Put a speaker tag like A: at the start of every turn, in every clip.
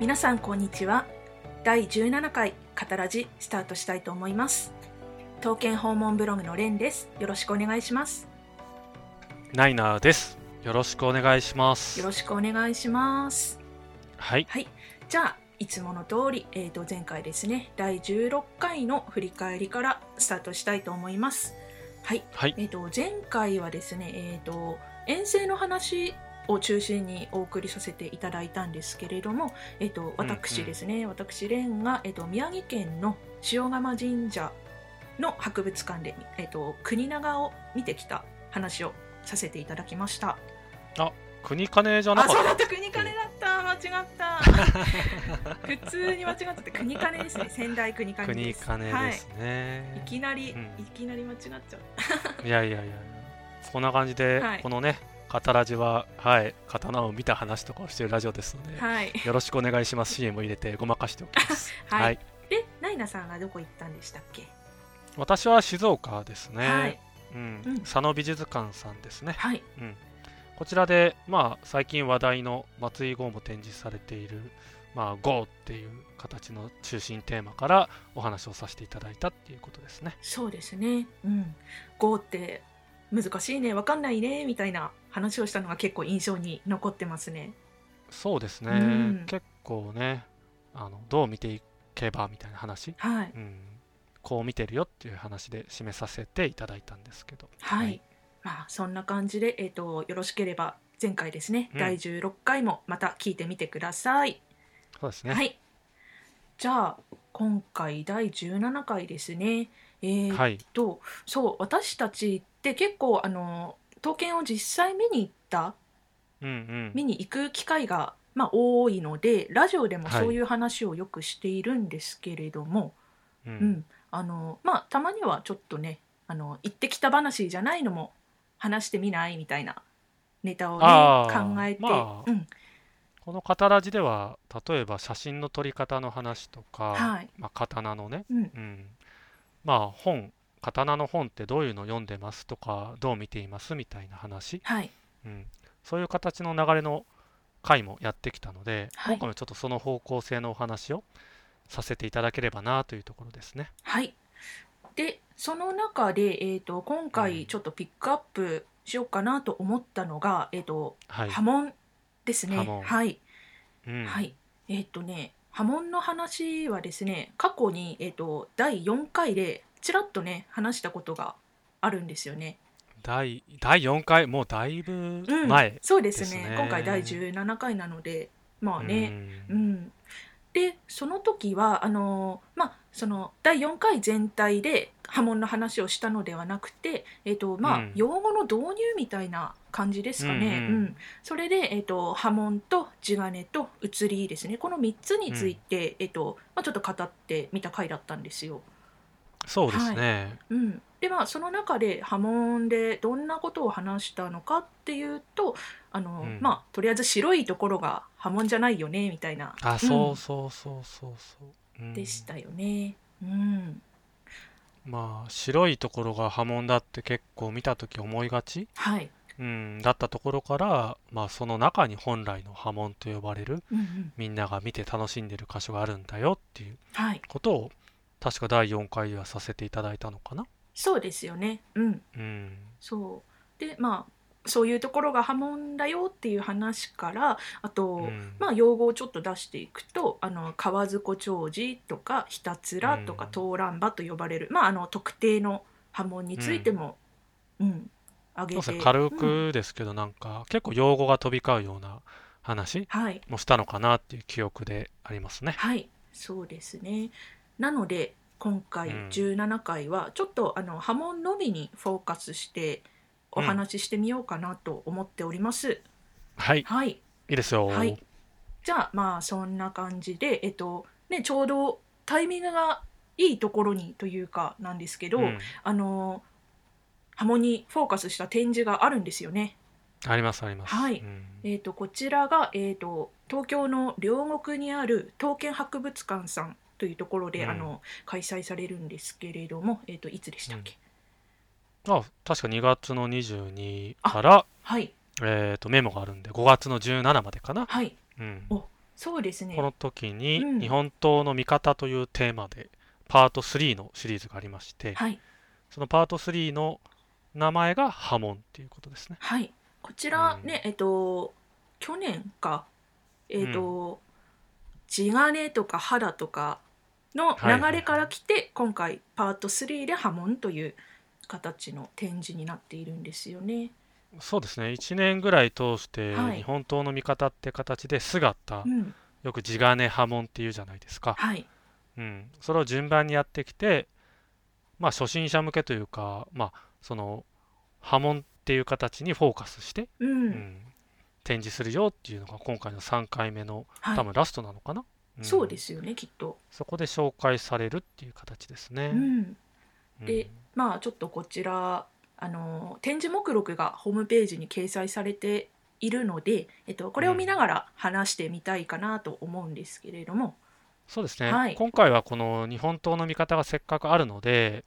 A: 皆さんこんにちは第17回カタラジスタートしたいと思います刀剣訪問ブログのレンですよろしくお願いします
B: ナイナーです。よろしくお願いしま
A: よ
B: す。
A: ろしくお願いします
B: はい。
A: はいじゃあいつもの通り、えー、と前回ですね第16回の振り返りからスタートしたいと思いますはい
B: はい。
A: えー、と前回はですね、えー、と遠征の話を中心にお送りさせていただいたんですけれども、えー、と私ですね、私蓮が、えー、と宮城県の塩釜神社の博物館で、えー、と国長を見てきた話をさせていただきました
B: 国金じゃな
A: あ
B: か
A: そうだ
B: っ
A: った国金だった間違った 普通に間違ってて国金ですね仙台国
B: た。
A: 金
B: 国
A: です
B: 金です
A: はい、い
B: ね。
A: きなり、
B: うん
A: いきなり間違っちゃった
B: いやいやいや。こんな感じで、
A: はい
B: このね、カタラジは、はい、刀を見た話とかをしてるラジオですので、
A: はい
B: よろしくお願いします。CM を入れてごまかしておきます。
A: はいでナイナさんがどこ行ったんでしたっけ、
B: 私は静岡ですね。
A: はい
B: うん
A: うん。
B: 佐野美術館さんですね。
A: はい
B: うん、こちらで、まあ、最近話題の松井剛も展示されている「まあ、GO」っていう形の中心テーマからお話をさせていただいたっていうことですね。
A: そうですねうん「GO」って難しいねわかんないねみたいな話をしたのが結構印象に残ってますね
B: そうですね、
A: うん
B: 結構ねあのどう見ていけばみたいな話、
A: はい
B: うん、こう見てるよっていう話で締めさせていただいたんですけど、
A: はい、
B: はい
A: まあそんな感じでえっ、とよろしければ前回ですね、
B: うん
A: 第16回もまた聞いてみてください、
B: そうですね、
A: はいじゃあ今回第17回ですねえー
B: はい
A: とそう私たちって結構あの刀剣を実際見に行った
B: うんうん、
A: 見に行く機会が、まあ、多いのでラジオでもそういう話をよくしているんですけれども、
B: う
A: うんんあのまあ、たまにはちょっとねあの行ってきた話じゃないのも話してみないみたいなネタをね
B: あー
A: 考えて、
B: まあ
A: うん
B: この「カタラジ」では例えば写真の撮り方の話とか、
A: はい
B: まあ、刀のね
A: うん
B: うん、まあ本刀の本ってどういうの読んでますとかどう見ていますみたいな話、
A: はい
B: うん、そういう形の流れの回もやってきたので、
A: はい
B: 今回もちょっとその方向性のお話をさせていただければなというところですね。
A: はい、でその中で、えー、と今
B: う
A: 回
B: ん
A: ちょっとピックアップしようかなと思ったのが、えーと
B: はい、
A: 波紋ですね。
B: 波紋
A: はい
B: うん
A: はい、えーっ、とね波紋の話はですね過去に、えー、と第4回でちらっとね話したことがあるんですよね。
B: 第第4回もうだいぶ
A: うん、
B: 前、
A: そうですね
B: ですね
A: 今回第17回なのでまあ
B: う
A: ね。
B: ん
A: うんでその時はあのーまあその第4回全体で波紋の話をしたのではなくて、えーとまあ
B: うん
A: 用語の導入みたいな感じですかね。
B: うんうん
A: うんそれで、えっと波紋と地金と移りですねこの3つについて、えっとまあ、ちょっと語ってみた回だったんですよ。
B: そうですね、
A: うん、でまあその中で波紋でどんなことを話したのかっていうとあの、
B: うん
A: まあとりあえず白いところが波紋じゃないよねみたいな、
B: あそうそうそうそうそう、うん
A: でしたよね。うん、
B: まあ白いところが波紋だって結構見た時思いがち
A: はい、
B: うん、だったところから、まあ、その中に本来の波紋と呼ばれる
A: うんうん、
B: みんなが見て楽しんでる箇所があるんだよっていう
A: はい
B: ことを確か第4回ではさせていただいたのかな。
A: そうですよね。うん
B: うん、
A: そうでまあそういうところが波紋だよっていう話からあと、
B: うん
A: まあ、用語をちょっと出していくとあの河津湖長寺とかひたつらとか
B: うん
A: 東蘭場と呼ばれる、まあ、あの特定の波紋についても、うん上げ
B: そうです
A: て
B: ね軽
A: うん
B: くですけどなんか、結構用語が飛び交うような話
A: はい
B: もしたのかなっていう記憶でありますね。
A: はいそうですねなので今回
B: うん
A: 17回はちょっとあの波紋のみにフォーカスしてお話ししてみようかなと思っております、
B: はい、い
A: はい
B: いですよ。
A: はい、じゃあまあそんな感じで、えっとね、ちょうどタイミングがいいところにというかなんですけど、
B: うん
A: あの波紋にフォーカスした展示があるんですよね。
B: ありますあります。
A: はい
B: うん
A: えっとこちらが、えっと東京の両国にある刀剣博物館さんというところで、
B: うん
A: あの開催されるんですけれども、えっといつでしたっけ、
B: あ確か2月の22から、
A: はい
B: えー、とメモがあるんで5月の17までかな。
A: はい
B: うん
A: おそうですね
B: この時に
A: うん
B: 「日本刀の見方」というテーマでパート3のシリーズがありまして
A: はい
B: そのパート3の名前が波紋っていうことですね。
A: はいこちらね、えっと去年かえっと、地金とか肌とかの流れから来て、今回パート3で波紋という形の展示になっているんですよね。
B: そうですね1年ぐらい通して
A: はい
B: 日本刀の見方って形で姿
A: うん、
B: よく地金波紋っていうじゃないですか、
A: はい、
B: うん、それを順番にやってきてまあ初心者向けというかまあその波紋っていう形にフォーカスして、
A: う、
B: うんん、展示するよっていうのが今回の3回目の
A: はい、
B: 多分ラストなのかな、ん
A: そうですよねきっと。
B: そこで紹介されるっていう形ですね
A: う、ん、
B: うん
A: でまあちょっとこちらあの展示目録がホームページに掲載されているので、えっと、これを見ながら話してみたいかなと思うんですけれども、
B: そうですね、
A: はい
B: 今回はこの日本刀の見方がせっかくあるので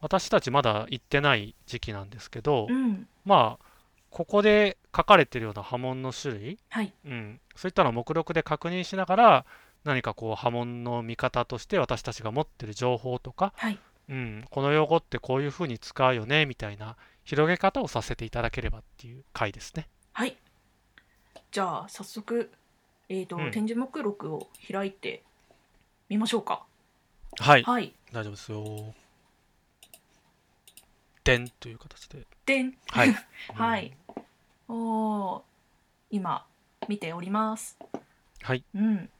B: 私たちまだ行ってない時期なんですけど、
A: うん
B: まあここで書かれてるような波紋の種類、
A: はい
B: うん、そういったのを目録で確認しながら何かこう波紋の見方として私たちが持ってる情報とか、
A: はい
B: うん、この用語ってこういうふうに使うよねみたいな広げ方をさせていただければっていう回ですね。
A: はい、じゃあ早速、えっと
B: うん
A: 展示目録を開いてみましょうか。
B: はい、
A: はい、
B: 大丈夫ですよ。でんという形で。
A: でん、
B: はい。
A: はい、おー今見ております。
B: はい。
A: うん。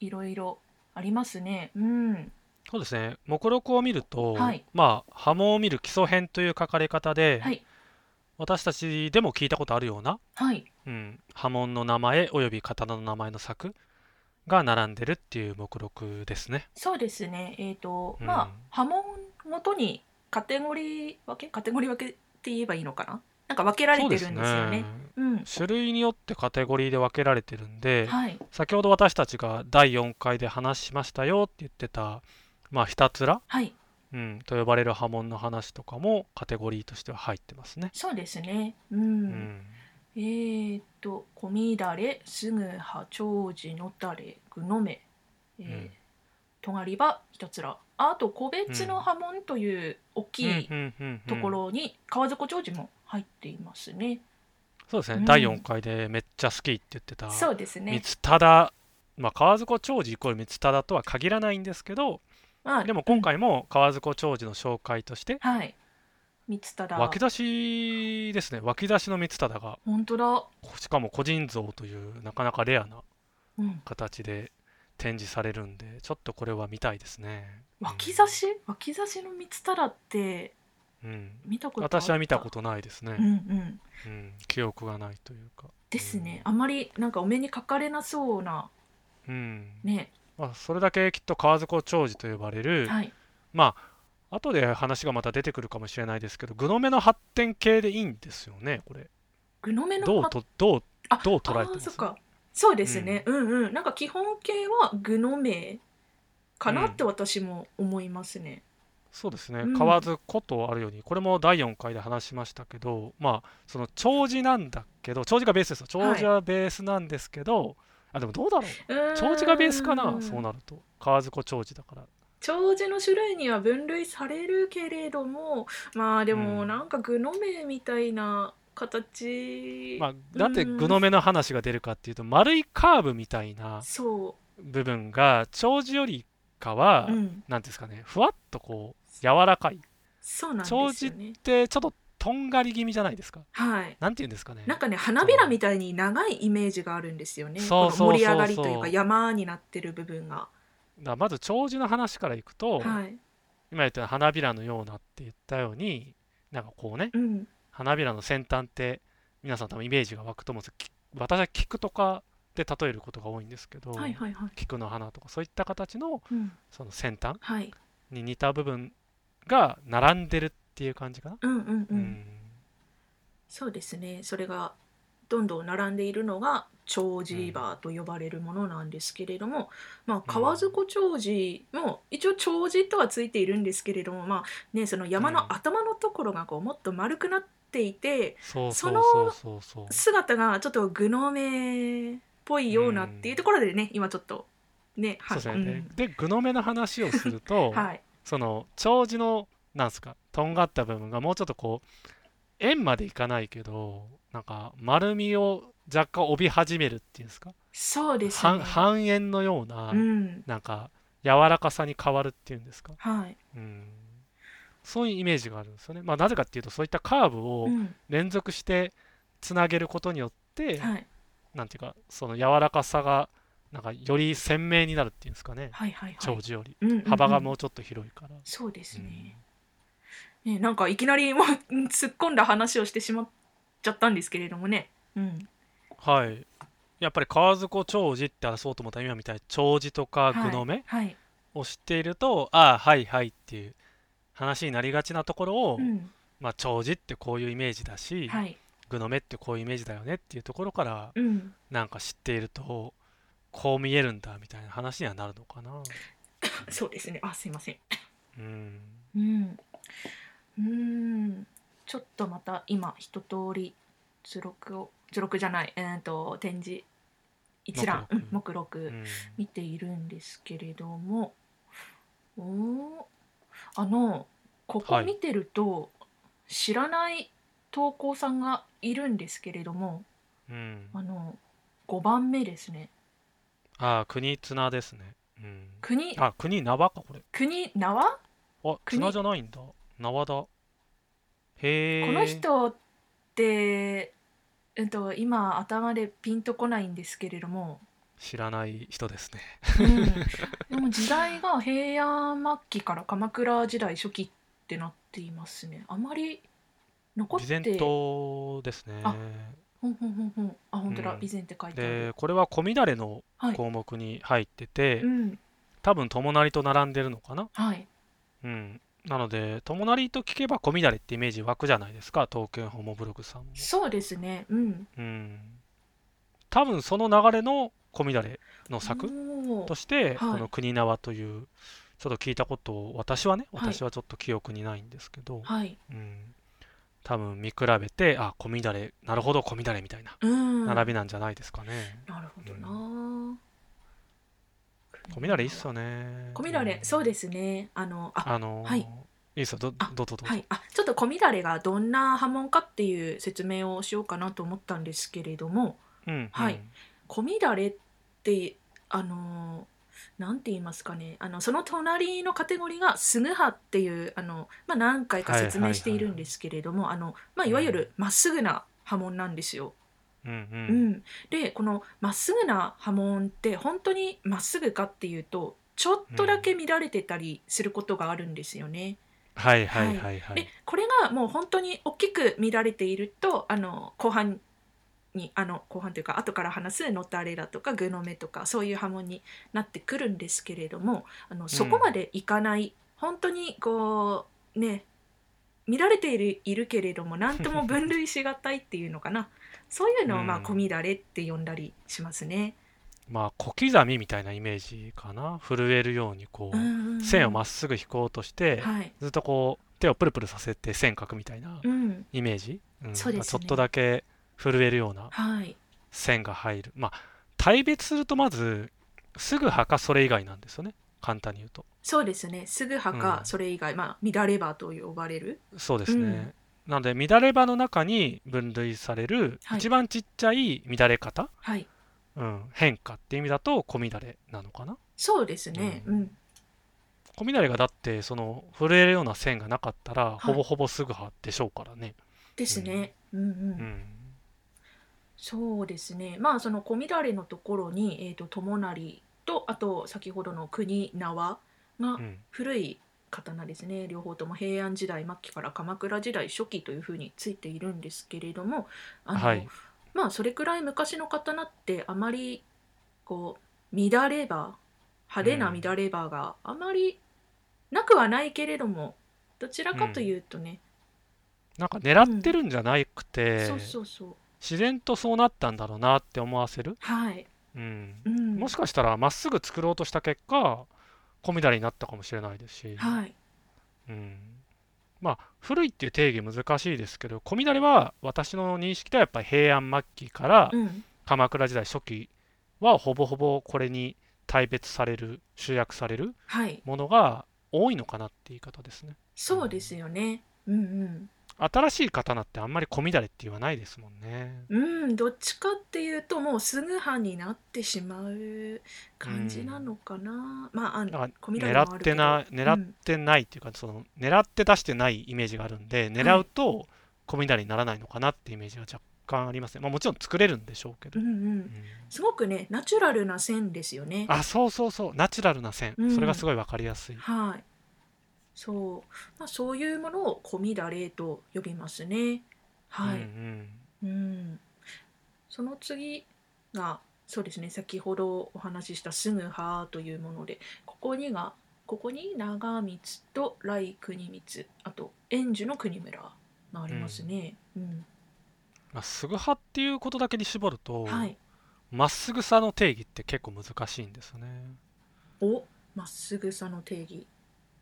A: いろいろありますね。うん。
B: そうですね。目録を見ると、
A: はい
B: まあ波紋を見る基礎編という書かれ方で、
A: はい。
B: 私たちでも聞いたことあるような、
A: はい。
B: うん、波紋の名前および刀の名前の作が並んでるっていう目録ですね。
A: そうですね。えっ、と、
B: うん
A: まあ、波紋ごとにカテゴリー分け、カテゴリー分けって言えばいいのかな。なんか分けられ
B: そう
A: て
B: で
A: る
B: す
A: んですよね。
B: ね。
A: うん。
B: 種類によってカテゴリーで分けられてるんで、
A: はい。
B: 先ほど私たちが第4回で話しましたよって言ってた、まあ、ひたつら
A: はい。
B: うん、と呼ばれる波紋の話とかもカテゴリーとしては入ってますね。
A: そうですね。うん。
B: うん、
A: えっ、と、こみだれ、すぐは、長寿のたれ、ぐのめ。えー
B: うん
A: とがりば、ひたつら。あと、個別の波紋という大きい、
B: うんうんうんうん
A: ところに川底長寿も入っていますね。
B: そうですね、
A: うん
B: 第4回でめっちゃ好きって言ってた
A: そうです
B: 三
A: ね。
B: 忠、まあ、川底長寿イコール三忠とは限らないんですけど
A: まあ
B: でも今回も川底長寿の紹介として
A: はい。三つただ
B: 脇。出しですね脇出しの三忠が
A: 本当だ。
B: しかも個人像というなかなかレアな
A: うん。
B: 形で展示されるんでちょっとこれは見たいですね。
A: 脇差し、脇差しの三つただって
B: うん、うん
A: 見たことあった
B: 私は見たことないですね。
A: うんうん。
B: うん、記憶がないというか。
A: ですね。あまりなんかお目にかかれなそうな
B: うん。うん
A: ね。
B: まあ、それだけきっと川底長寿と呼ばれる、
A: はい。
B: まあ後で話がまた出てくるかもしれないですけど、グノメの発展系でいいんですよね、これ。
A: ぐのめの
B: どう
A: 葉
B: とどう
A: あ
B: どう捉えて
A: あ
B: ま
A: ーそ
B: す
A: っか。そうですね。うん、うん、なんか基本形はぐのめかなって私も思いますね。
B: そうですね、
A: うん
B: 川底とあるように、これも第4回で話しましたけど、まあその長寿なんだけど、長寿がベースですよ。長寿ははベースなんですけど、あでもどうだろう。
A: うーん
B: 長寿がベースかな、そうなると。川底長寿だから。
A: 長寿の種類には分類されるけれどもまあで
B: う
A: も
B: ん
A: なんか具の銘みたいな形、
B: まあ、なんで
A: うん
B: グノメの話が出るかっていうと、丸いカーブみたいな
A: そ
B: 部分が長寿よりかは、
A: う、うん、
B: なんていうんですかねふわっとこう柔らかい
A: そうなんですよね
B: でちょっととんがり気味じゃないですか
A: はい
B: なんていうんですかね
A: なんかね花びらみたいに長いイメージがあるんですよね
B: そうそうそ
A: この盛
B: うそう
A: り上がりというか山になってる部分が
B: だからまず長寿の話からいくと、
A: はい
B: 今言った花びらのようなって言ったようになんかこうね
A: うん
B: 花びらの先端って皆さん多分イメージが湧くと思うんですけどき私は菊とかで例えることが多いんですけど、
A: はいはいはい、
B: 菊の花とかそういった形の
A: うん、
B: その先端
A: はい
B: に似た部分が並んでるっていう感じかな。
A: うんうんうん、
B: うん
A: そうですねそれがどんどん並んでいるのが長寿バーと呼ばれるものなんですけれども、まあ川底長寿も一応長寿とはついているんですけれどもまあねその山の頭のところがこうもっと丸くなっっていて
B: そうそ
A: そうの
B: そうそうそう
A: 姿がちょっとグノメっぽいようなっていうところでね、今ちょっとね
B: そう
A: は
B: ですね、ででグノメの話をすると、
A: うん はい
B: その長寿のなんすかとんがった部分がもうちょっとこう円までいかないけどなんか丸みを若干帯び始めるっていうんですか
A: そうです
B: 半
A: ね
B: 半円のような、
A: うん
B: なんか柔らかさに変わるっていうんですか、
A: はい、
B: うん、そういうイメージがあるんですよね、まあ、なぜかっていうとそういったカーブを
A: うん
B: 連続してつなげることによって、
A: はい、
B: なんていうかその柔らかさがなんかより鮮明になるっていうんですかね、
A: はいはいは
B: 長
A: い
B: 寿より
A: うんうんうん
B: 幅がもうちょっと広いから、
A: そうです
B: うん
A: ね,、ねなんかいきなりもう突っ込んだ話をしてしまっちゃったんですけれどもねうん
B: はいやっぱり川底長寿って争おうと思ったら今みたいに長寿とか
A: はい
B: 具の目
A: はい、
B: を知っていると、ああはいはいっていう話になりがちなところを、
A: うん
B: まあ長寿ってこういうイメージだし、
A: はい
B: 具の目ってこういうイメージだよねっていうところから
A: うん、
B: なんか知っているとこう見えるんだみたいな話にはなるのかな
A: そうですねあすいません
B: うん
A: うんうんちょっとまた今一通り図録を図録じゃないえー、と展示一覧
B: 目録
A: うん目録、
B: うん
A: 見ているんですけれどもおーあのここ
B: はい
A: 見てると、知らない投稿さんがいるんですけれども
B: うん
A: あの5番目ですね
B: ああ国綱ですね、うん、
A: 国
B: あ国縄かこれ
A: 国縄
B: あ
A: 国
B: 綱じゃないんだ縄だへえ
A: この人って、えっと、今頭でピンとこないんですけれど も、
B: 知らない人ですね
A: うん、でも時代が平安末期から鎌倉時代初期ってなっていますねあまり残っ
B: 備前
A: て
B: 島ですね
A: あほんほんほんほんあ本当だ
B: うん
A: 備前って書いてある、
B: でこれは小乱れの
A: はい
B: 項目に入ってて、
A: うん
B: 多分友成と並んでるのかな
A: はい
B: うんなので友成と聞けば小乱れってイメージ湧くじゃないですか東京ホモブログさんも
A: そうですねうん
B: うん多分その流れの小乱れの作
A: おー
B: とし
A: は
B: て、
A: い
B: この国縄というちょっと聞いたことを私はね
A: はい
B: 私はちょっと記憶にないんですけど、
A: はい
B: うん、多分見比べてあ小乱れなるほど小乱れみたいな
A: うん
B: 並びなんじゃないですかね、
A: なるほどな、
B: う
A: 小
B: 小乱れいいっすよね
A: 小乱れそうですすねあのあ
B: あのー
A: はい
B: いいっすよど
A: あ
B: どうぞどうぞ、
A: はい、あちょっと小乱れがどんな波紋かっていう説明をしようかなと思ったんですけれども
B: うんうん
A: はい小乱れってあのーなんて言いますかねあのその隣のカテゴリーが「すぐは」っていうあの、まあ、何回か説明しているんですけれどもあのまあいわゆるまっすぐな波紋なんですよ。
B: うんう
A: うんん、でこのまっすぐな波紋って本当にまっすぐかっていうとちょっとだけ乱れてたりすることがあるんですよね。
B: はいはいはいは
A: で
B: い
A: これがもう本当に大きく見られているとあの後半にあの後半というか後から話すのたれだとか具の目とかそういう波紋になってくるんですけれどもあのそこまでいかない、本当にこうね見られているいるけれども何とも分類しがたいっていうのかな そういうのをまあ
B: うん
A: 小乱れって呼んだりしますね。
B: まあ小刻みみたいなイメージかな震えるようにこう、線をまっすぐ引こうとして、
A: はい、
B: ずっとこう手をプルプルさせて線描くみたいな
A: うん
B: イメージ、うん
A: そうですね
B: まあちょっとだけ震えるような
A: はい、
B: 線が入るまあ大別するとまずすぐはかそれ以外なんですよね簡単に言うと
A: そうですねすぐはか、
B: うん
A: それ以外、まあ、乱れ場と呼ばれる
B: そうですね、なので乱れ場の中に分類される
A: はい
B: 一番ちっちゃい乱れ方、
A: はい
B: うん、変化っていう意味だと小乱れなのかな
A: そうですね。
B: う
A: うんん。
B: 小乱れがだってその震えるような線がなかったら
A: い
B: ほぼほぼすぐはでしょうからね、
A: ですね。うんうん。
B: うん
A: そうですね。まあその小乱れのところにえっ、と友成とあと先ほどの国縄が
B: うん
A: 古い刀ですね。両方とも平安時代末期から鎌倉時代初期というふうについているんですけれども、あの、
B: はい
A: まあそれくらい昔の刀ってあまりこう乱れ刃派手な乱れ刃があまりなくはないけれども、どちらかというとね、
B: なんか狙ってるんじゃなくて、
A: そうそうそう。
B: 自然とそうなったんだろうなって思わせる、
A: はい。
B: うん
A: うん、
B: もしかしたらまっすぐ作ろうとした結果小乱れになったかもしれないですし、
A: はい、
B: うんまあ、古いっていう定義難しいですけど小乱れは私の認識ではやっぱり平安末期から
A: うん
B: 鎌倉時代初期はほぼほぼこれに大別される集約される
A: はい
B: ものが多いのかなって言い方ですね
A: そうですよねうん
B: 新しい刀ってあんまり小乱れって言わないですもんね
A: うんうんどっちかっていうともうすぐ派になってしまう感じなのかな、まああ
B: だから
A: 小乱れもあ
B: 狙っ
A: る
B: て
A: けど
B: な狙
A: う
B: っ
A: ん
B: てないっていうか、その狙って出してないイメージがあるんで狙うと小乱れにならないのかなってイメージは若干ありますね、まあ、もちろん作れるんでしょうけ
A: う
B: ど、
A: んう
B: うん
A: んすごくねナチュラルな線ですよね
B: あそうそうそうナチュラルな線、
A: うん
B: それがすごい分かりやすい
A: はいそう、まあ、そういうものを「小乱れ」と呼びますねはい、
B: うんうん
A: うん、その次がそうですね先ほどお話しした「すぐ派」というものでここにがここに長光と来国光あと円寿の国村がありますね。うん
B: まあ、すぐ派っていうことだけに絞ると、
A: はい、
B: まっすぐさの定義って結構難しいんですよね
A: おまっすぐさの定義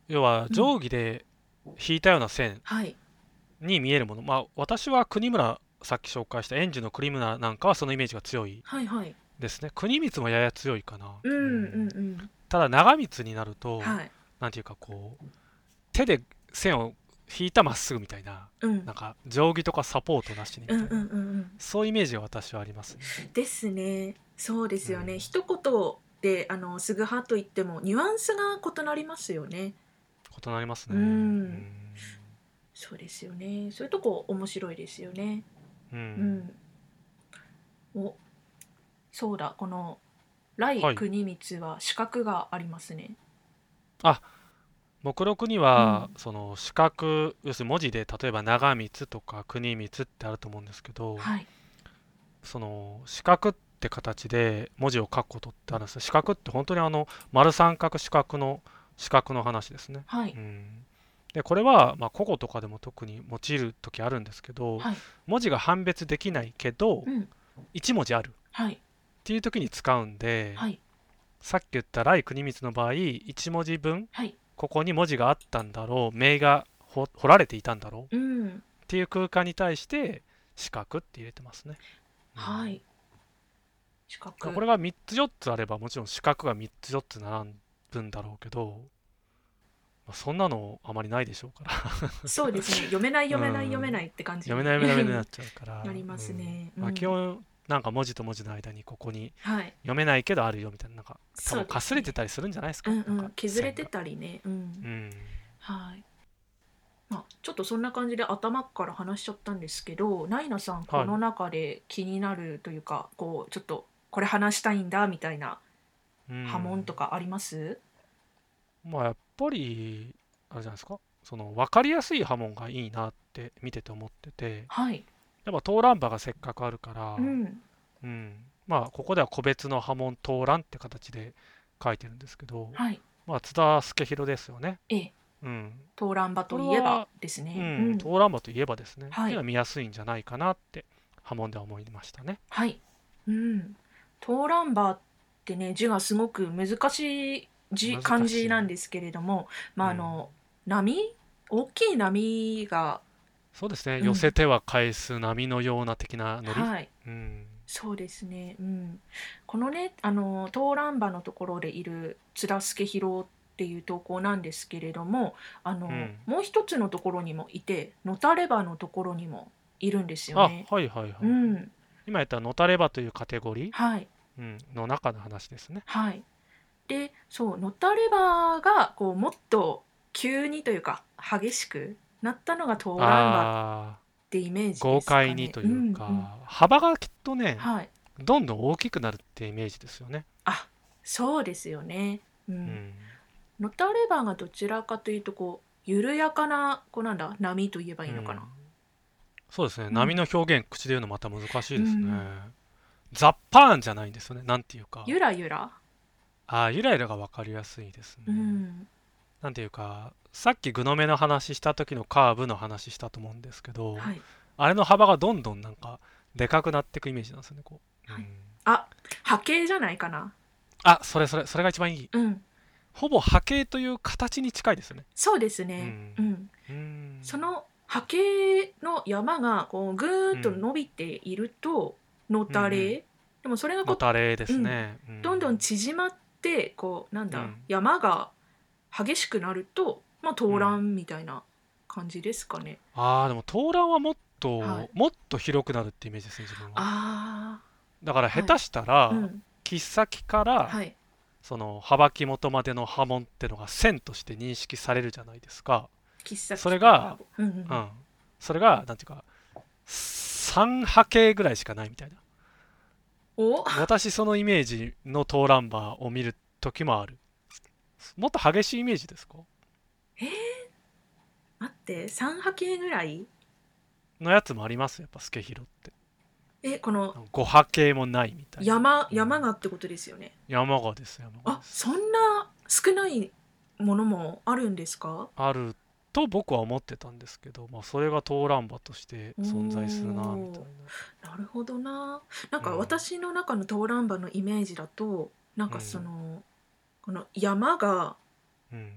B: 要は定規で引いたような線
A: はい
B: に見えるもの、まあ私は国村さっき紹介した円寿の国村なんかはそのイメージが強い
A: はいはい
B: ですね国光もやや強いかな、
A: うん
B: う
A: うんんうん
B: ただ長光になると、
A: はい
B: なんていうかこう手で線を引いたまっすぐみたいな
A: うん
B: なんか定規とかサポートなしにみた
A: う
B: い
A: ん
B: な、
A: うんうんうん
B: そういうイメージが私はありますね、
A: ですねそうですよね、
B: うん
A: 一言であのすぐ派といってもニュアンスが異なりますよね。
B: 異なりますね
A: うん
B: うん
A: そうですよねそういうとこ面白いですよね。
B: うん
A: うん、おそうだこの来
B: はい
A: 国光は資格がありますね。
B: 目録には、
A: うん
B: その四角要するに文字で例えば長光とか国光ってあると思うんですけど、
A: はい、
B: その四角って形で文字を書くことってあるんですよ四角って本当にあの丸三角四角の四角の話ですね。
A: は
B: う
A: い、
B: ん、でこれは、まあ、古語とかでも特に用いる時あるんですけど、
A: はい
B: 文字が判別できないけど
A: うん、
B: 1文字あるっ
A: はい、
B: ていう時に使うんで、
A: はい、
B: さっき言った来国光の場合1文字分
A: はい、
B: ここに文字があったんだろう名がほ彫られていたんだろう
A: うん、
B: っていう空間に対して四角って入れてますね。
A: は
B: うん
A: い。資
B: だか
A: 格
B: らこれが3つ4つあればもちろん四角が3つ4つ並ぶんだろうけど、まあ、そんなのあまりないでしょうから
A: そうですね 読めない読めない
B: うん
A: 読めないって感じ
B: やめないやめないやめないになっ
A: い
B: ちゃうか ら
A: なりますね
B: うんまあ
A: うん
B: 基本なんか文字と文字の間にここに
A: はい、
B: 読めないけどあるよみたいななんか多
A: そう
B: 分
A: ですね
B: かすれてたりするんじゃないですか,、
A: うんう
B: なん
A: ん
B: か、
A: 削れて
B: 線
A: たりね、うん
B: が、うん
A: はい。まあ、ちょっとそんな感じで頭から話しちゃったんですけど、ナイナさん、この中で気になるというか、こう、ちょっとこれ話したいんだみたいな
B: うん
A: 波紋とかあります、
B: まあやっぱりあれじゃないですかその分かりやすい波紋がいいなって見てて思ってて
A: はい。
B: やっぱトーラン馬がせっかくあるから、
A: うん。
B: うん、まあここでは個別の波紋討乱って形で書いてるんですけど、
A: はい。
B: まあ、津田助弘ですよね。
A: ええ、
B: うん、
A: トーランバといえ
B: これ
A: ば
B: は
A: ですね。
B: う
A: うん
B: ん、討乱馬といえばですね、
A: はい
B: っていうのは見やすいんじゃないかなって波紋では思いましたね。
A: はい。うん。トーランバってね、字がすごく難しい字
B: 難しい
A: 漢字なんですけれども、まあ、あの、波大きい波が、
B: そうですね、
A: うん
B: 寄せては返す波のような的なノリ。
A: はい。
B: うん、
A: そうですね、うん、このねあのトーランバのところでいる津田助弘っていう投稿なんですけれどもあの、
B: うん
A: もう一つのところにもいて「のたれば」のところにもいるんですよ
B: あ
A: ね。
B: はいはいはい。
A: うん、
B: 今やった「のたれば」というカテゴリー、
A: はい、
B: うん、の中の話ですね。
A: はい、でそう「のたれば」がこうもっと急にというか激しくなったのがトーランバっ
B: ああ
A: てイメージですか、ね、
B: 豪快にというか、
A: んん
B: 幅がきっとね、
A: はい、
B: どんどん大きくなるってイメージですよね。
A: あそうですよね。
B: う
A: うん
B: ん
A: ノタレバーがどちらかというとこう緩やかなこうなんだ波と言えばいいのかな、
B: うんそうですね、
A: うん
B: 波の表現口で言うのまた難しいですね、
A: うん
B: ザッパーンじゃないんですよねなんていうか
A: ゆらゆら、
B: あーゆらゆらが分かりやすいですね、
A: うん、
B: なんていうかさっき具の目の話した時のカーブの話したと思うんですけど、
A: はい
B: あれの幅がどんどんなんかでかくなっていくイメージなんですよねこう、
A: はい
B: うん
A: あ波形じゃないかな
B: あそれそれそれが一番いい
A: うん
B: ほぼ波形という形に近いですよね
A: そうですね
B: う
A: うんん、
B: うん
A: その波形の山がこうぐーっと伸びていると野垂れ、
B: うんう
A: でもそれがこ
B: の
A: う
B: たれですね、う
A: どんどん縮まってこうなんだ、
B: うん
A: 山が激しくなると、まあ、投卵みたいな感じですかね。
B: ああでも投卵はもっ
A: はい
B: と、もっと広くなるってイメージですね自分は
A: あ
B: だから下手したら、
A: あ、うん、
B: 切っ先から、
A: はい、
B: その幅木元までの波紋ってのが線として認識されるじゃないですか、
A: 喫茶
B: それが、
A: うんうん
B: うん、それがなんていうか3波形ぐらいしかないみたいな
A: お
B: 私そのイメージのトーランバーを見る時もあるもっと激しいイメージですか
A: 待って三波形ぐらい
B: のやつもありますやっぱスケヒロって
A: えこの
B: 5波形もないみたいな
A: 山山がってことですよね。
B: 山がです山が
A: あ
B: です
A: そんな少ないものもあるんですか
B: あると僕は思ってたんですけど、まあ、それがトーランバーとして存在するなみたいな
A: なるほどななんか
B: うん
A: 私の中のトーランバのイメージだとなんかその、この山が
B: うん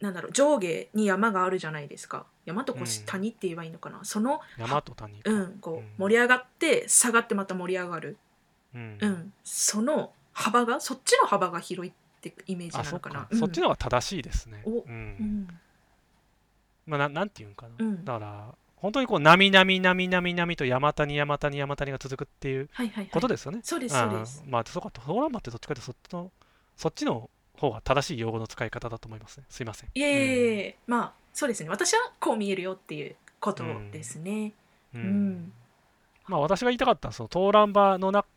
A: なんだろう上下に山があるじゃないですか山とこ
B: う
A: し
B: ん
A: 谷って言えばいいのかな、その
B: 山と谷か
A: うんこ
B: うん
A: う盛り上がって下がってまた盛り上がる、
B: うん
A: うんその幅がそっちの幅が広いってイメージ
B: あ
A: な
B: そ
A: の
B: っ
A: か
B: か
A: な
B: そっち
A: の
B: の方が正しいですね
A: お
B: うん
A: うん、
B: まあ、ななんていうんかな、
A: うん
B: だから本当にこう波々波々波と山谷山谷山谷が続くっていう
A: はいはいはい
B: ことですよね、
A: そうですそうです
B: うんまあそうかトーランバーってどっちかというとそっちのそっちの方が正しい用語の使い方だと思いますねすいません
A: いえいえいえまあそうですね私はこう見えるよっていうことですね、
B: うん
A: うん
B: まあ私が言いたかったのはそのトーランバーの中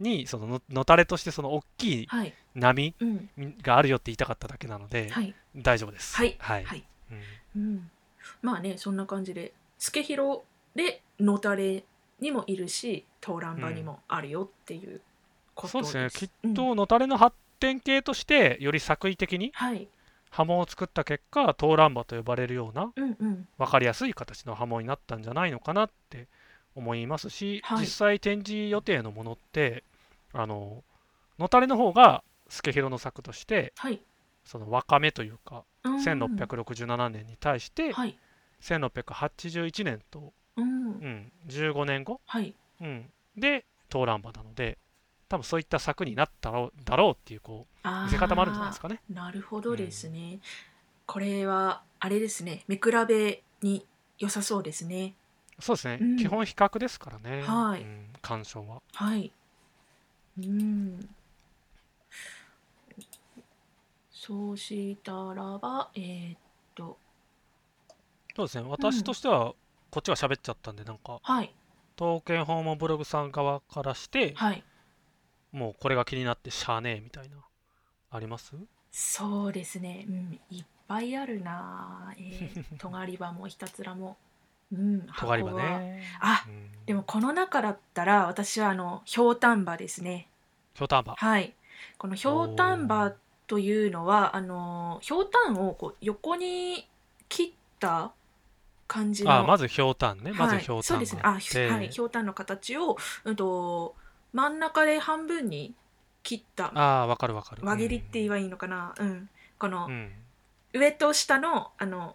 B: にそのののたれとしてその大きい
A: はい
B: 波
A: うん
B: があるよって言いたかっただけなので、
A: はい
B: 大丈夫です
A: はい
B: はい、
A: はい
B: うん
A: うん、まあねそんな感じでスケヒロで野たれにもいるしトーランバにもあるよっていうこと
B: そう
A: です、
B: ですねきっ
A: うん
B: とのたれの発展系としてより作為的に
A: はい
B: 波紋を作った結果トーランバと呼ばれるような
A: うんうん
B: 分かりやすい形の波紋になったんじゃないのかなって思いますし、
A: はい
B: 実際展示予定のものってあののたれの方が助弘の作として
A: はい
B: その若めというか
A: うん
B: 1667年に対して
A: はい
B: 1681年と、
A: うん
B: うん、15年後、
A: はい
B: うん、でトーランバなので多分そういった作になったろうだろうっていうこう
A: あ
B: 見
A: ー
B: せ方もあるんじゃないですかね。
A: なるほどですね、これはあれですね見比べに良さそうですね
B: そうですね、
A: うん
B: 基本比較ですからね、
A: はい
B: うん、鑑賞は。
A: はい。うん。そうしたらば、えーっと、
B: そうですね私としてはこっちは喋っちゃったんでなんか
A: はい、
B: 刀剣訪問ブログさん側からして
A: はい。
B: もうこれが気になってしゃあねえみたいなあります
A: そうですね。うん、いっぱいあるな。えー、 とがり場もひたつらも。うん、
B: とがり
A: は
B: はね
A: あ
B: うん、
A: でもこの中だったら私はあのひょうたんばですね。
B: ひょうたんば
A: はい、このひょうたんばというのはあのひょうたんをこう横に切った感じの
B: あまずひょうたんね、まず
A: はい
B: ひょう
A: そうん
B: た
A: で
B: が
A: すね
B: あ
A: あ、
B: っ
A: ひ
B: て
A: はい、ひょうたんの形を、うん、と真ん中で半分に切った
B: あーわかるわかる
A: 輪切りって言え
B: わ
A: ばいいのかな、うん、この
B: うん、うん
A: 上と下のあの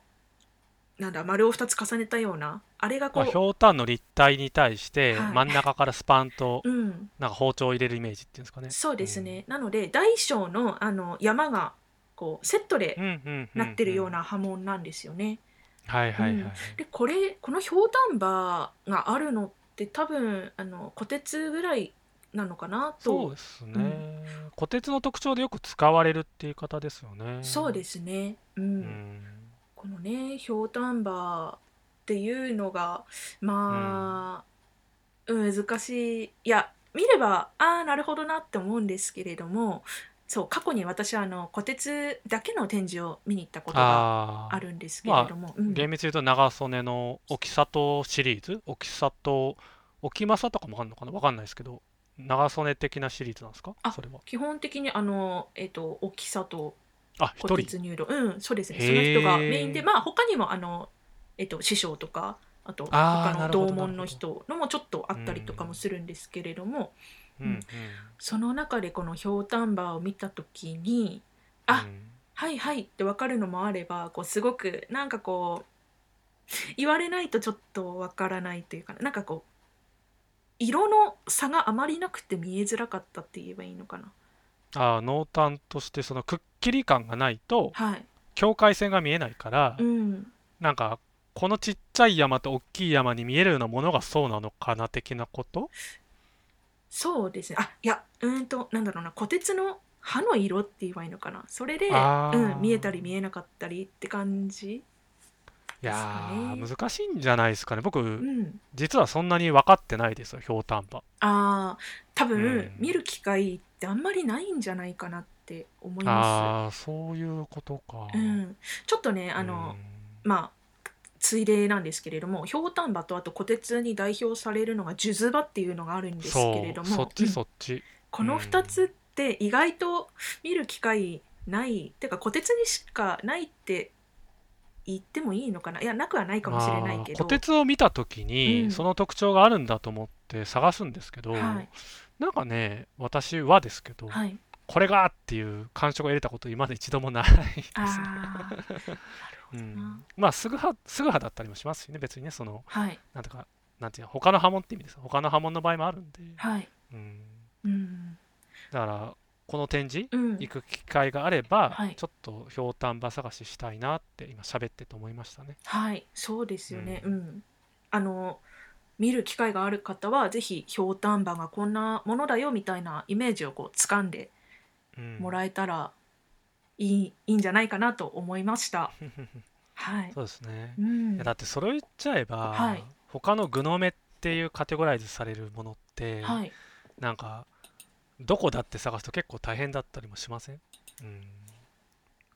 A: なんだ丸を2つ重ねたようなあれがこ
B: まあ、
A: う、
B: ひょうたんの立体に対して
A: はい
B: 真ん中からスパンと
A: うん、
B: なんか包丁を入れるイメージっていうんですかね
A: そうですね、なので大小のあの山がこうセットで
B: うんうんうん
A: なってるような波紋なんですよね。
B: はいはいはい、
A: うんでこれこのひょうたんばがあるのって多分あの虎鉄ぐらいなのかなと
B: そうですね、
A: う
B: 虎鉄の特徴でよく使われるっていう方ですよね、
A: そうですすね、う
B: うんん、
A: このねひょうたんばっていうのがまあ、うん難しいいや見ればああなるほどなって思うんですけれどもそう過去に私はあの虎鉄だけの展示を見に行ったことが
B: あー
A: あるんですけれども、うん
B: 厳密に言うと長曽根の沖里シリーズ沖里沖政とかもあるのかなわかんないですけど長曽根的なシリーズなんですか
A: あ
B: それは
A: 基本的にあの、えっと大きさと
B: あ一
A: 骨
B: 人
A: 鉄入道うんそうですね
B: へ
A: そ
B: ー
A: の人がメインでまあ他にもあの、えっと師匠とかあと
B: あー
A: 他
B: な
A: の
B: るほど
A: 同門の人のもちょっとあったりとかもするんですけれども
B: うんうん
A: その中でこのひょうたんばを見た時にあ
B: うん
A: はいはいって分かるのもあればこうすごくなんかこう言われないとちょっと分からないというかなんかこう色の差があまりなくて見えづらかったって言えばいいのかな。
B: あー濃淡としてそのくっきり感がないと
A: はい、
B: 境界線が見えないから、
A: うん
B: なんかこのちっちゃい山と大きい山に見えるようなものがそうなのかな的なこと
A: そうですね。あ、いや、うーんと、なんだろうな、虎鉄の歯の色って言えばいいのかな。それで、
B: あー
A: うん、見えたり見えなかったりって感じ。
B: いやー
A: です
B: 難しいんじゃないですかね僕、
A: うん。
B: 実はそんなに分かってないですよひょうたんば
A: ああ、多分、
B: うん
A: 見る機会ってあんまりないんじゃないかなって思いま
B: ああーそういうことか、
A: す。うん。ちょっとね、あの、まあ。ついでなんですけれども、ひょうたん馬とあと虎鉄に代表されるのが数珠馬っていうのがあるん
B: うん
A: ですけれど
B: そう
A: も、
B: そっち
A: うん
B: そっち、
A: この2つって意外と見る機会ないてか虎鉄にしかないって言ってもいいのかないやなくはないかもしれない
B: まあ
A: けど
B: 虎鉄を見た時に、
A: うん
B: その特徴があるんだと思って探すんですけど、
A: はい
B: なんかね私はですけど、
A: はい
B: これがっていう感触を得れたこと今まで一度もないですね
A: あーなるほ
B: う
A: どな、
B: ん、まあすぐはすぐはだったりもしますしね別にねその
A: はい
B: なんていうかなんていうの他の波紋って意味です他の波紋の場合もあるんで、
A: はい
B: うん、
A: うん
B: だからこの展示
A: うん
B: 行く機会があれば、
A: はい
B: ちょっとひょうたんば探ししたいなって今喋ってと思いましたね
A: はいそうですよね
B: う
A: うん、あの見る機会がある方はぜひひょうたん馬がこんなものだよみたいなイメージをこう掴んで
B: うん
A: もらえたらいい,、いいんじゃないかなと思いま した。はい、
B: そうですね、
A: うん
B: いやだってそれを言っちゃえば、
A: はい
B: 他のグノメっていうカテゴライズされるものって、
A: はい
B: なんかどこだって探すと結構大変だったりもしませんうん、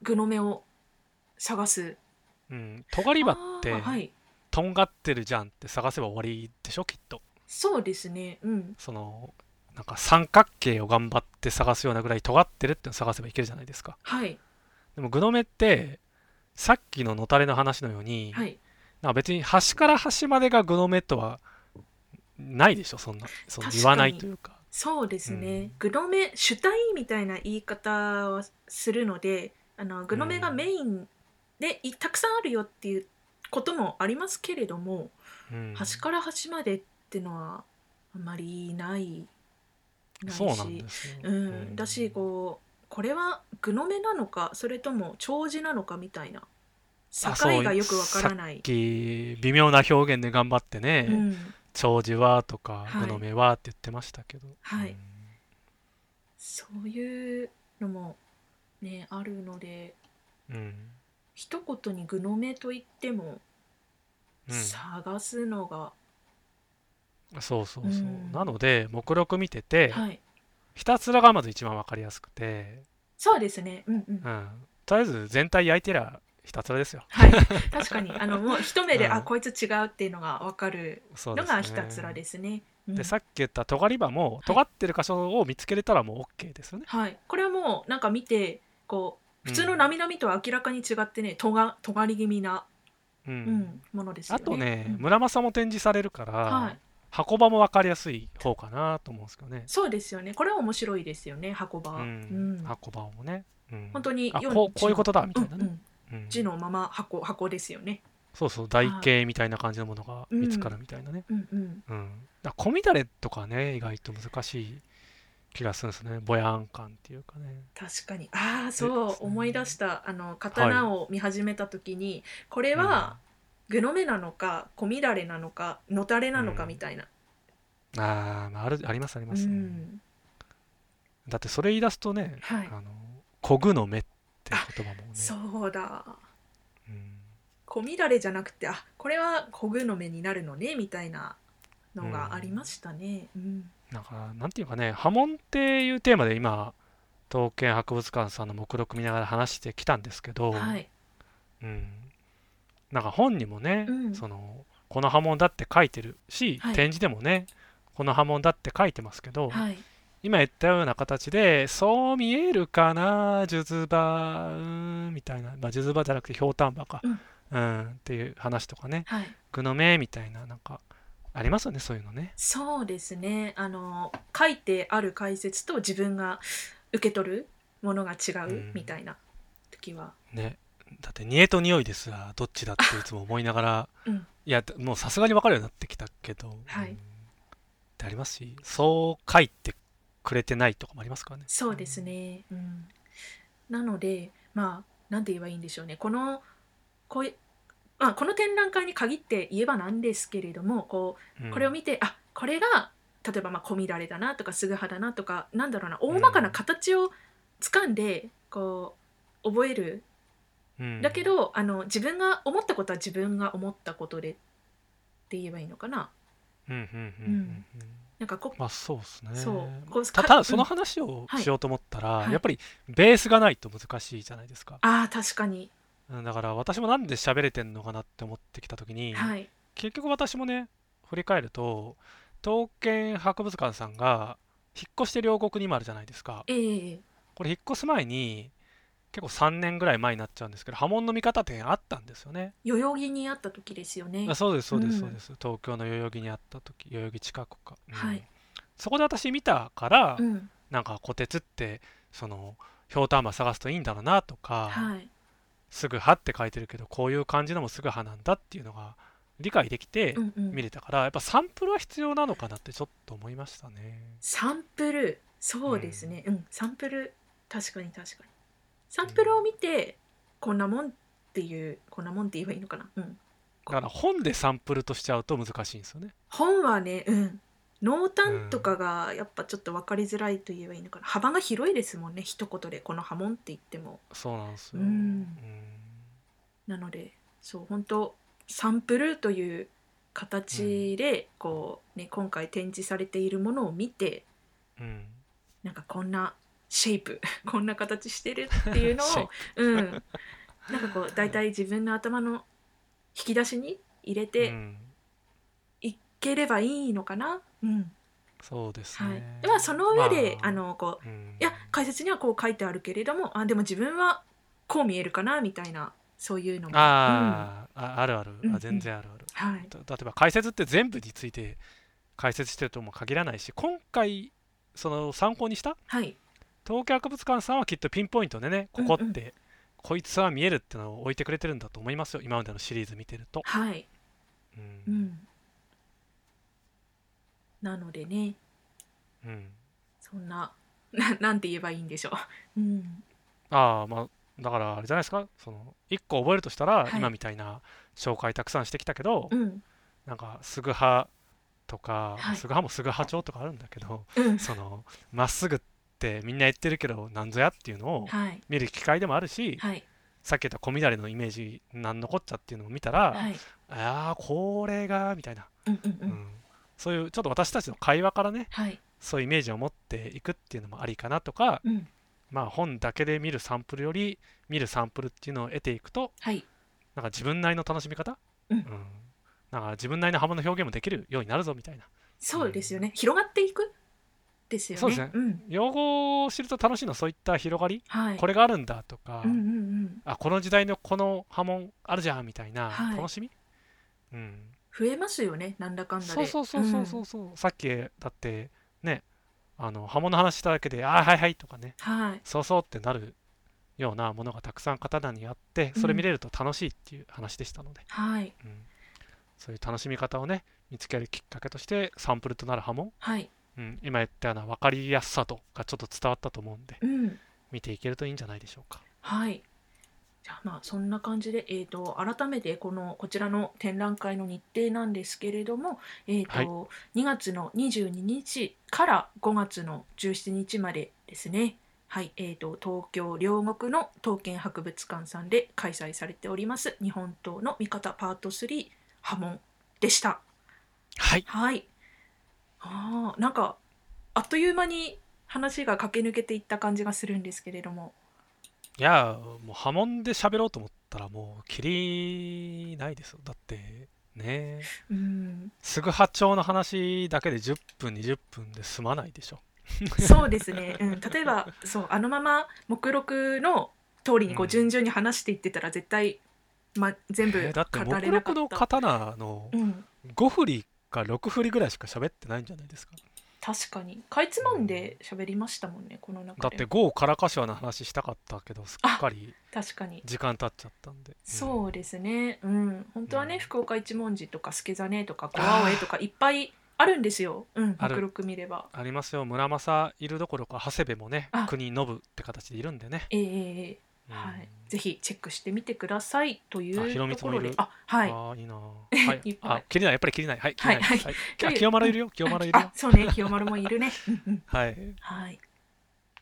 A: グノメを探す
B: うん、尖り場って、
A: あーはい、
B: とんがってるじゃんって探せば終わりでしょきっと
A: そうですねうん
B: そのなんか三角形を頑張って探すようなぐらい尖ってるってのを探せばいけるじゃないですか
A: はい
B: でもグノメってさっきののたれの話のように、
A: はい
B: なんか別に端から端までがグノメとはないでしょそんなその
A: 確かに
B: 言わないというか
A: そうですね、
B: う
A: グノメ主体みたいな言い方をするのであのグノメがメインで、いたくさんあるよっていうこともありますけれども、
B: うん
A: 端から端までってのはあまりないない
B: そうなんですよ、
A: うんだしこうこれはグノメなのかそれとも長寿なのかみたいな境
B: そう
A: がよくわからない。
B: き微妙な表現で頑張ってね、
A: うん
B: 長寿はとか、
A: はい
B: グノメはって言ってましたけど、
A: はい
B: うん
A: そういうのもねあるので
B: うん
A: 一言に具の目と言っても
B: うん
A: 探すのが、
B: そうそうそう、
A: うん
B: なので目録見てて、
A: はい
B: ひたすらがまず一番わかりやすくて、
A: そうですねうんうん
B: うん、とりあえず全体焼いてりゃひたすらですよ
A: はい確かにあのもう一目で、
B: うん
A: あこいつ違うっていうのが分かる
B: そうで
A: の
B: す、ね、
A: がひたすらですねうん
B: でさっき言った尖り場も
A: い
B: 尖ってる箇所を見つけれたらもう OK ですよね、
A: はいこれはもうなんか見てこう
B: うん
A: 普通のなみなみとは明らかに違ってねとがとがり気味な、
B: うん
A: うんものですよ
B: あ
A: ね
B: とね、
A: うん
B: 村正も展示されるから、
A: はい
B: 箱場もわかりやすい方かなと思うんですけどね、
A: そうですよねこれは面白いですよね箱場、う
B: う
A: ん
B: ん、箱場もね、うん
A: 本当に
B: あ
A: 世に
B: こうこういうことだみたいな
A: うんう
B: ね、
A: ん
B: うん
A: 字のまま箱箱ですよね。
B: そうそう台形みたいな感じのものが見つかるみたいなね、
A: うんうん。
B: うん、だから小乱れとかね意外と難しい気がするんですねぼやん感っていうかね
A: 確かに。ああ、そう
B: ですね
A: 思い出した。あの刀を見始めた時に、これは、グノメなのか、小乱れなのか、のたれなのかみたいな。
B: あー、まああるありますあり
A: う
B: ます、
A: ん。
B: だってそれ言い出すとね、
A: はい
B: あのこぐの目って言葉もね
A: そうだ。
B: うん
A: 小乱れじゃなくて、あ、これは小グノメになるのねみたいなのがありましたね。うん。
B: なんかなんていうかね波紋っていうテーマで今刀剣博物館さんの目録見ながら話してきたんですけど、
A: はい。
B: うん、なんか本にもね、
A: うん
B: そのこの波紋だって書いてるし、
A: はい
B: 展示でもねこの波紋だって書いてますけど、
A: はい。
B: 今言ったような形でそう見えるかな数珠場うーんみたいな、まあ、数珠場じゃなくてひょうたんばか、
A: うん
B: うんっていう話とかね
A: はい。
B: 具の目みたいななんかありますよねそういうのね。
A: そうですね。あの書いてある解説と自分が受け取るものが違うみたいな時は
B: ねだって煮えと匂いですらどっちだっていつも思いながら、
A: うん
B: いやもうさすがに分かるようになってきたけど、
A: はい
B: うんってありますしそう書いてくれてないとかもありますからね
A: そうですね、うん、なのでまあなんて言えばいいんでしょうねこのこういまあ、この展覧会に限って言えばなんですけれどもこ
B: うん
A: うこれを見て、あこれが例えばまあ小乱れだなとかすぐはだなとかなんだろうな大まかな形を掴んで、こう覚える
B: うん
A: だけどあの自分が思ったことは自分が思ったことでって言えばいいのかな
B: うんうんうんうん
A: うん
B: うん
A: なんかこ
B: まあそうですね
A: そうこう
B: た
A: か
B: ただそ
A: う
B: の
A: ん
B: 話を
A: はい
B: しようと思ったら、
A: はい
B: やっぱりベースがないと難しいじゃないですか、
A: あー確かに、
B: うんだから私もなんで喋れてんのかなって思ってきた時に、
A: はい
B: 結局私もね振り返ると刀剣博物館さんが引っ越して両国に今あるじゃないですか
A: ええ
B: これ引っ越す前に結構3年ぐらい前になっちゃうんですけど波紋の見方展あったんですよね
A: 代々木にあった時ですよね
B: あそうですそうで
A: う
B: す
A: ん
B: そうです、東京の代々木にあった時代々木近くか、うん
A: はい
B: そこで私見たから、
A: うん
B: なんか虎鉄ってそのひょうたん馬探すといいんだろうなとか、
A: はい
B: すぐ歯って書いてるけどこういう感じのもすぐ歯なんだっていうのが理解できて、
A: うんうん
B: 見れたからやっぱサンプルは必要なのかなってちょっと思いましたね。
A: サンプルそうですねうん、サンプル確かに確かにサンプルを見て、こんなもんっていうこんなもんって言えばいいのかなうん
B: だから本でサンプルとしちゃうと難しいんですよね。
A: 本はねうん濃淡とかがやっぱちょっと分かりづらいと言えばいいのかな、幅が広いですもんね一言でこの波紋って言っても
B: そうなんですよ。
A: うん
B: うん
A: なのでそう本当サンプルという形で、こうね今回展示されているものを見て
B: うん
A: なんかこんなシェイプ こんな形してるっていうの
B: シェイ
A: を、うん、なんかこう大体自分の頭の引き出しに入れ
B: う
A: て
B: ん
A: いければいいのかな、うん
B: そうです
A: はい
B: ね。、
A: ではその上で、
B: まあ
A: あ、のこう
B: うん
A: いや解説にはこう書いてあるけれどもあでも自分はこう見えるかなみたいなそういうのも
B: あー、ああるある
A: うんう
B: あ
A: ん
B: 全然あるある、
A: うんはい、
B: た例えば解説って全部について解説してるとも限らないし今回その参考にした
A: はい、
B: 東京博物館さんはきっとピンポイントでねここって、
A: うん
B: こいつは見えるってのを置いてくれてるんだと思いますよ今までのシリーズ見てると。
A: はい、
B: うん
A: うん、なのでね
B: うん
A: そんな ななんて言えばいいんでしょう、うん、
B: ああまあだからあれじゃないですかその1個覚えるとしたら、
A: はい
B: 今みたいな紹介たくさんしてきたけど、
A: うん
B: なんかすぐ派とか、
A: はい
B: すぐ派もすぐ派長とかあるんだけど
A: うん
B: そのまっすぐってみんな言ってるけどなんぞやっていうのを
A: はい
B: 見る機会でもあるし、
A: はい
B: さっき言った小乱れのイメージなんのこっちゃっていうのを見たら、
A: はい
B: ああこれがみたいな、
A: うんうんう
B: うんんそういうちょっと私たちの会話からね
A: はい
B: そういうイメージを持っていくっていうのもありかなとか、
A: うん
B: まあ、本だけで見るサンプルより見るサンプルっていうのを得ていくと
A: はい
B: なんか自分なりの楽しみ方、
A: うん
B: なんか自分なりの幅の表現もできるようになるぞみたいな
A: そうですよね広がっていくですよね
B: そうですね
A: ん、
B: 用語を知ると楽しいのはそういった広がり、
A: はい
B: これがあるんだとか、
A: うんうんうん
B: あこの時代のこの波紋あるじゃんみたいな
A: はい
B: 楽しみ、うん、
A: 増えますよねなんだかんだで
B: そうそうそうそうそうそう、さっきだってねあの波紋の話しただけでああはいはいとかね
A: うんはい
B: そうそうってなるようなものがたくさん刀にあってそれ見れると楽しいっていう話でしたので、
A: はい
B: うんそういう楽しみ方をね見つけるきっかけとしてサンプルとなる波紋、
A: はい
B: うん、今言ったような分かりやすさとかちょっと伝わったと思うんで
A: うん
B: 見ていけるといいんじゃないでしょうか。
A: はい。じゃあまあそんな感じで、えー、と改めてこのこちらの展覧会の日程なんですけれども、えーと
B: はい
A: 2月の22日から5月の17日までですね、はいえー、と東京・両国の刀剣博物館さんで開催されております日本刀の見方パート3波紋でした。
B: はい、
A: はい。ああ、なんか、あっという間に話が駆け抜けていった感じがするんですけれども。
B: いやーもう波紋で喋ろうと思ったらもうキリないですよだってね
A: うん
B: すぐ波長の話だけで10分20分で済まないでしょ。
A: そうですね、うん、例えばそうあのまま目録の通りにこう
B: う
A: ん順々に話していってたら絶対、ま、全部
B: えーだって
A: 語れ
B: 目
A: なか
B: 録
A: っ
B: の
A: た。
B: 刀の
A: うん、
B: 5振りか6振りぐらいしか喋ってないんじゃないですか。
A: 確かにかいつまんで喋りましたもんねこの
B: だ
A: 中
B: っ
A: で
B: てゴーカラカシワの話したかったけどすっかり
A: 確かに
B: 時間経っちゃったんで、うん
A: そうですねうん本当はね、
B: うん
A: 福岡一文字とか助真ねとか小青江とかいっぱいあるんですようん
B: ある
A: 目録見れば
B: ありますよ村正いるどころか長谷部もね
A: あ
B: 国信って形でいるんでね、
A: ええええええは
B: うん
A: い、ぜひチェックしてみてくださいとい
B: あ
A: う
B: ひろみ
A: と
B: つ
A: こ
B: もい
A: ろ
B: る
A: であはい
B: ああいいなあ、 はい、
A: いっぱい
B: あ切れないやっぱり切れないはい切れない、
A: はい
B: はい
A: と
B: あ
A: いう
B: 清丸いるよ清丸いる
A: あ
B: よ
A: そうね清丸もいるねうんうん
B: はい
A: はい。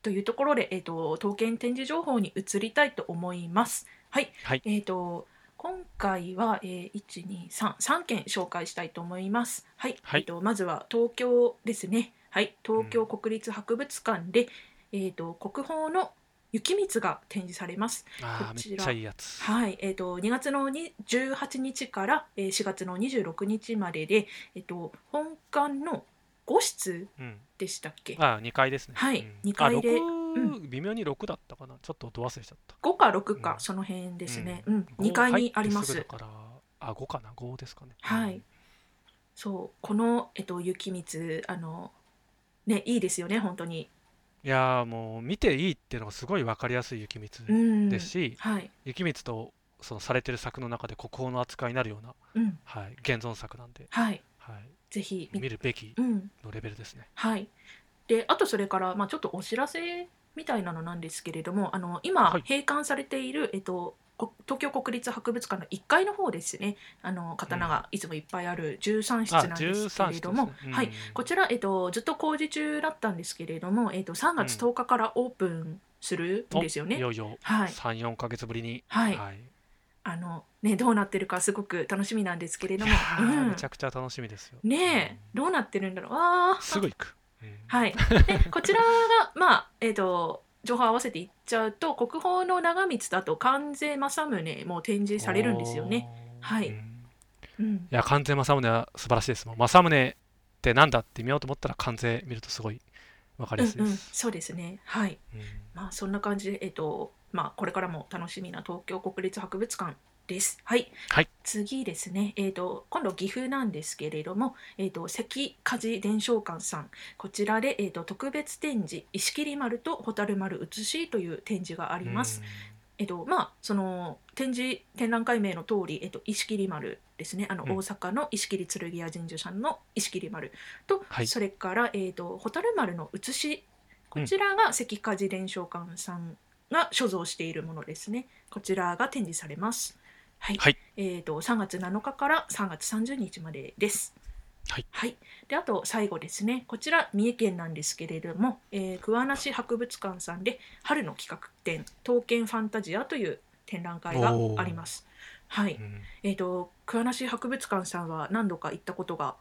A: というところで、えっ、と、刀剣展示情報に移りたいと思います。はい。
B: はい
A: えっ、と、今回は、えー、1、2、3、3件紹介したいと思います。はい。
B: はい
A: えっ、と、まずは東京ですね。はい。東京国立博物館で、えっ、と、国宝の雪光が展示されます。
B: ああ
A: こち
B: め
A: ら
B: っちゃいいやつ
A: はい。えっ、と、2月のに18日から、えー、4月の26日までで、えっ、と、本館の5室
B: うん、
A: でしたっけ
B: ああ2階ですね
A: はい
B: うん
A: 二階で
B: あ6、微妙に6だったかなちょっとど忘れちゃった
A: 5か6か、
B: うん
A: その辺ですね、
B: う
A: うんん
B: 五
A: 2階にありま
B: 入
A: す
B: ってぐだからあ5かな5ですかね
A: はいそうこの、えっと、雪光あのねいいですよね本当に
B: いやーもう見ていいっていうのがすごい分かりやすい雪光
A: うん
B: ですし、
A: はい、
B: 雪光とそのされてる作の中で国宝の扱いになるような、
A: うん、
B: はい、現存作なんで、
A: はい
B: はい、
A: ぜひ
B: 見るべき
A: うん
B: のレベルですね。
A: はいであとそれから、まあ、ちょっとお知らせみたいなのなんですけれどもあの今、
B: はい
A: 閉館されている、えっと、こ東京国立博物館の1階の方ですねあの刀がいつもいっぱいある13室
B: あ
A: なんですけれども、
B: 13室ですねうん
A: はい、こちら、えっと、ずっと工事中だったんですけれども、えっと、3月10日からオープンするんですよね。
B: いよいよ
A: はい、
B: 34か月ぶりに、
A: はい
B: はい
A: あのね、どうなってるかすごく楽しみなんですけれ
B: い
A: ど
B: や
A: も、
B: ー
A: うん
B: めちゃくちゃ楽しみですよ。
A: ねえ
B: うん
A: どうなってるんだろうわー
B: すぐ行く。うん
A: はい、でこちらが、まあえっと情報合わせていっちゃうと国宝の長光だと関税政宗も展示されるんですよね。。
B: おー
A: はい
B: うん
A: うん、
B: いや完全政宗は素晴らしいですもん。政宗ってなんだって見ようと思ったら完全見るとすごい分か
A: う
B: り
A: ん
B: やすいで
A: うん、
B: す。
A: そうですねはい
B: うん
A: まあそんな感じで、えっとまあ、これからも楽しみな東京国立博物館です。はい、
B: はい
A: 次ですね、えっと今度岐阜なんですけれども、えっと関梶伝承館さんこちらで、えっと特別展示「石切丸と蛍丸写し」という展示があります。えっとまあ、その展示展覧会名の通り、えっと、石切丸ですねあの、
B: うん
A: 大阪の石切剣屋神社さんの石切丸と、
B: はい
A: それから、えっと蛍丸の写しこちらが関梶伝承館さんが所蔵しているものですねこちらが展示されますはい、
B: はい
A: えっと3月7日から3月30日までです
B: はい、
A: であと最後ですねこちら三重県なんですけれども、えー桑名市博物館さんで春の企画展「刀剣ファンタジア」という展覧会があります。は
B: う
A: い
B: んうん
A: えー、と桑名市博物館さんは何度か行ったことが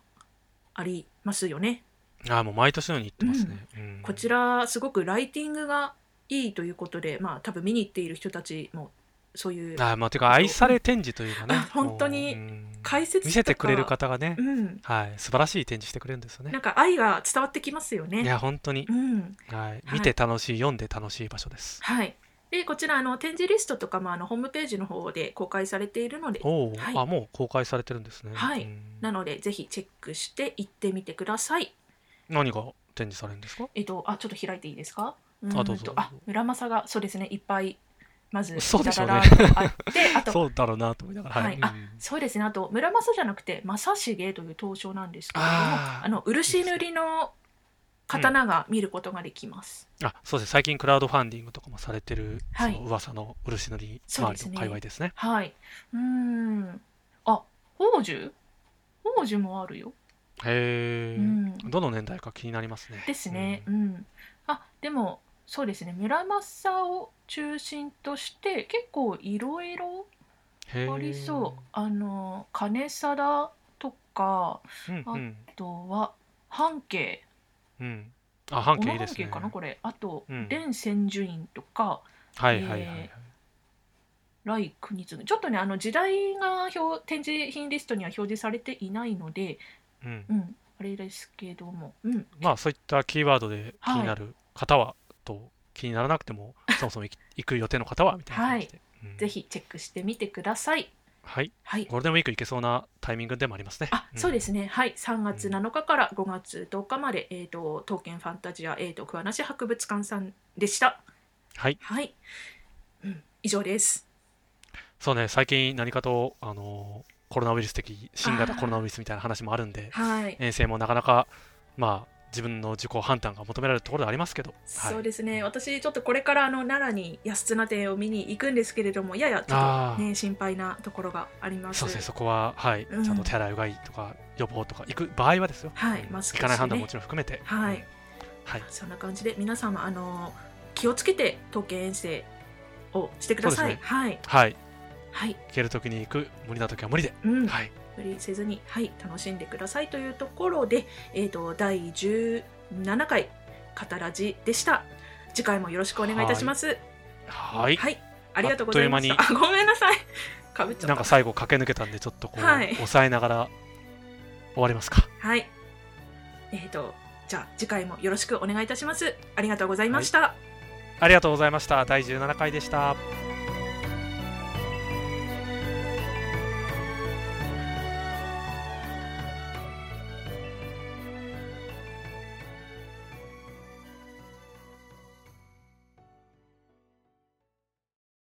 A: ありますよね。
B: ああもう毎年のように行ってますね。うん
A: こちらすごくライティングがいいということで、まあ、多分見に行っている人たちもそういう、
B: ああまあてか愛され展示というかね
A: あ本当に
B: もううん
A: 解説とか
B: 見せてくれる方がね、
A: うん、
B: はい素晴らしい展示してくれるんですよね
A: なん。か愛が伝わってきますよ
B: い
A: ね。
B: や本当に
A: う、ん
B: はい、
A: い
B: 見て楽しい、読んで楽しい場所です。
A: はい。で、こちら、あの、展示リストとかも、あの、ホームページの方で公開されているので、
B: おお、
A: はい
B: あもう公開されてるんですね。
A: はい
B: うん
A: なので、ぜひチェックして行ってみてください。
B: 何が展示されるんですか？
A: えっと、あ、ちょっと開いていいですかうーん
B: あどうぞ
A: とあ、村正が、そうですね、いっぱい、まず、
B: そうでしょうね
A: ダラダラとあ って、あと、
B: そうだろうなと思いながら。
A: はいあ
B: うん
A: そうですね、あと、村正じゃなくて、正成という刀匠なんですけれども、
B: あ
A: あ
B: ー
A: の、漆塗りの刀が見ることができます。
B: あそうですね。最近クラウドファンディングとかもされてる、
A: はい
B: その噂の漆塗り
A: そうで
B: 周
A: す
B: り
A: ね
B: の界隈ですね。
A: はい。うーん。あ、宝珠宝珠もあるよ。
B: へえ、
A: うん
B: どの年代か気になりますね。
A: ですね。
B: う
A: うんん。あでもそうですね。村正を中心として結構いろいろ
B: へー
A: ありそう。あの金貞とか
B: うんうん
A: あとは半径
B: うん。あ半径いいですね。
A: 小野半径かなこれ。あと
B: うん
A: 蓮千住院とか
B: はいはいはいはい
A: え。来国次ちょっとねあの時代が表展示品リストには表示されていないので、
B: うん
A: う。ん、あれですけども、うん、
B: まあそういったキーワードで気
A: はい
B: になる方は、と気になら なくてもそもそも行き行く予定の方はみたいな感じで、うん
A: ぜひチェックしてみてください。
B: はい、
A: はい
B: ゴールデンウィーク行けそうなタイミングでもありますね。
A: あ
B: ん
A: そうですね、はい、3月
B: うん
A: 7日から5月10日まで、えー、と刀剣ファンタジア、えー、と桑名市博物館さんでした。
B: はい、
A: はい、うん、以上です。
B: そうね、最近何かと、あのーコロナウイルス的、新型
A: あー
B: コロナウイルスみたいな話もあるんで、
A: はい、
B: 遠征もなかなか、まあ、自分の自己判断が求められるところではありますけど、はい、
A: そうですね、私、ちょっとこれからあの奈良に安綱亭を見に行くんですけれども、ややちょっ
B: あ
A: と、ね、心配なところがあります。
B: そうですね、そこは、はい、
A: うん
B: ちゃんと手洗いうがいとか、予防とか、行く場合はですよ、
A: はい
B: うん
A: マスク
B: 行かない判断
A: してね
B: ももちろん含めて、
A: はい
B: うんはい、
A: そんな感じで皆様あの気をつけて刀剣遠征をしてください。
B: そうです
A: はい、
B: はい、
A: はい、
B: 行けるときに行く、無理なときは無理で、
A: うん、
B: はい、
A: 無理せずに、はい、楽しんでくださいというところで、えー、と第17回「カタラジ」でした次回もよろしくお願いいたします
B: は、
A: はいありがとうございましたあ ごめんなさいかぶっちゃ
B: な
A: っ
B: んか
A: た
B: 最後駆け抜けたんで、ちょっとこう、
A: はい
B: 抑えながら終わりますか。
A: はいえっ、とじゃあ次回もよろしくお願いいたしますありがとうございました、
B: ありがとうございました。第17回でした。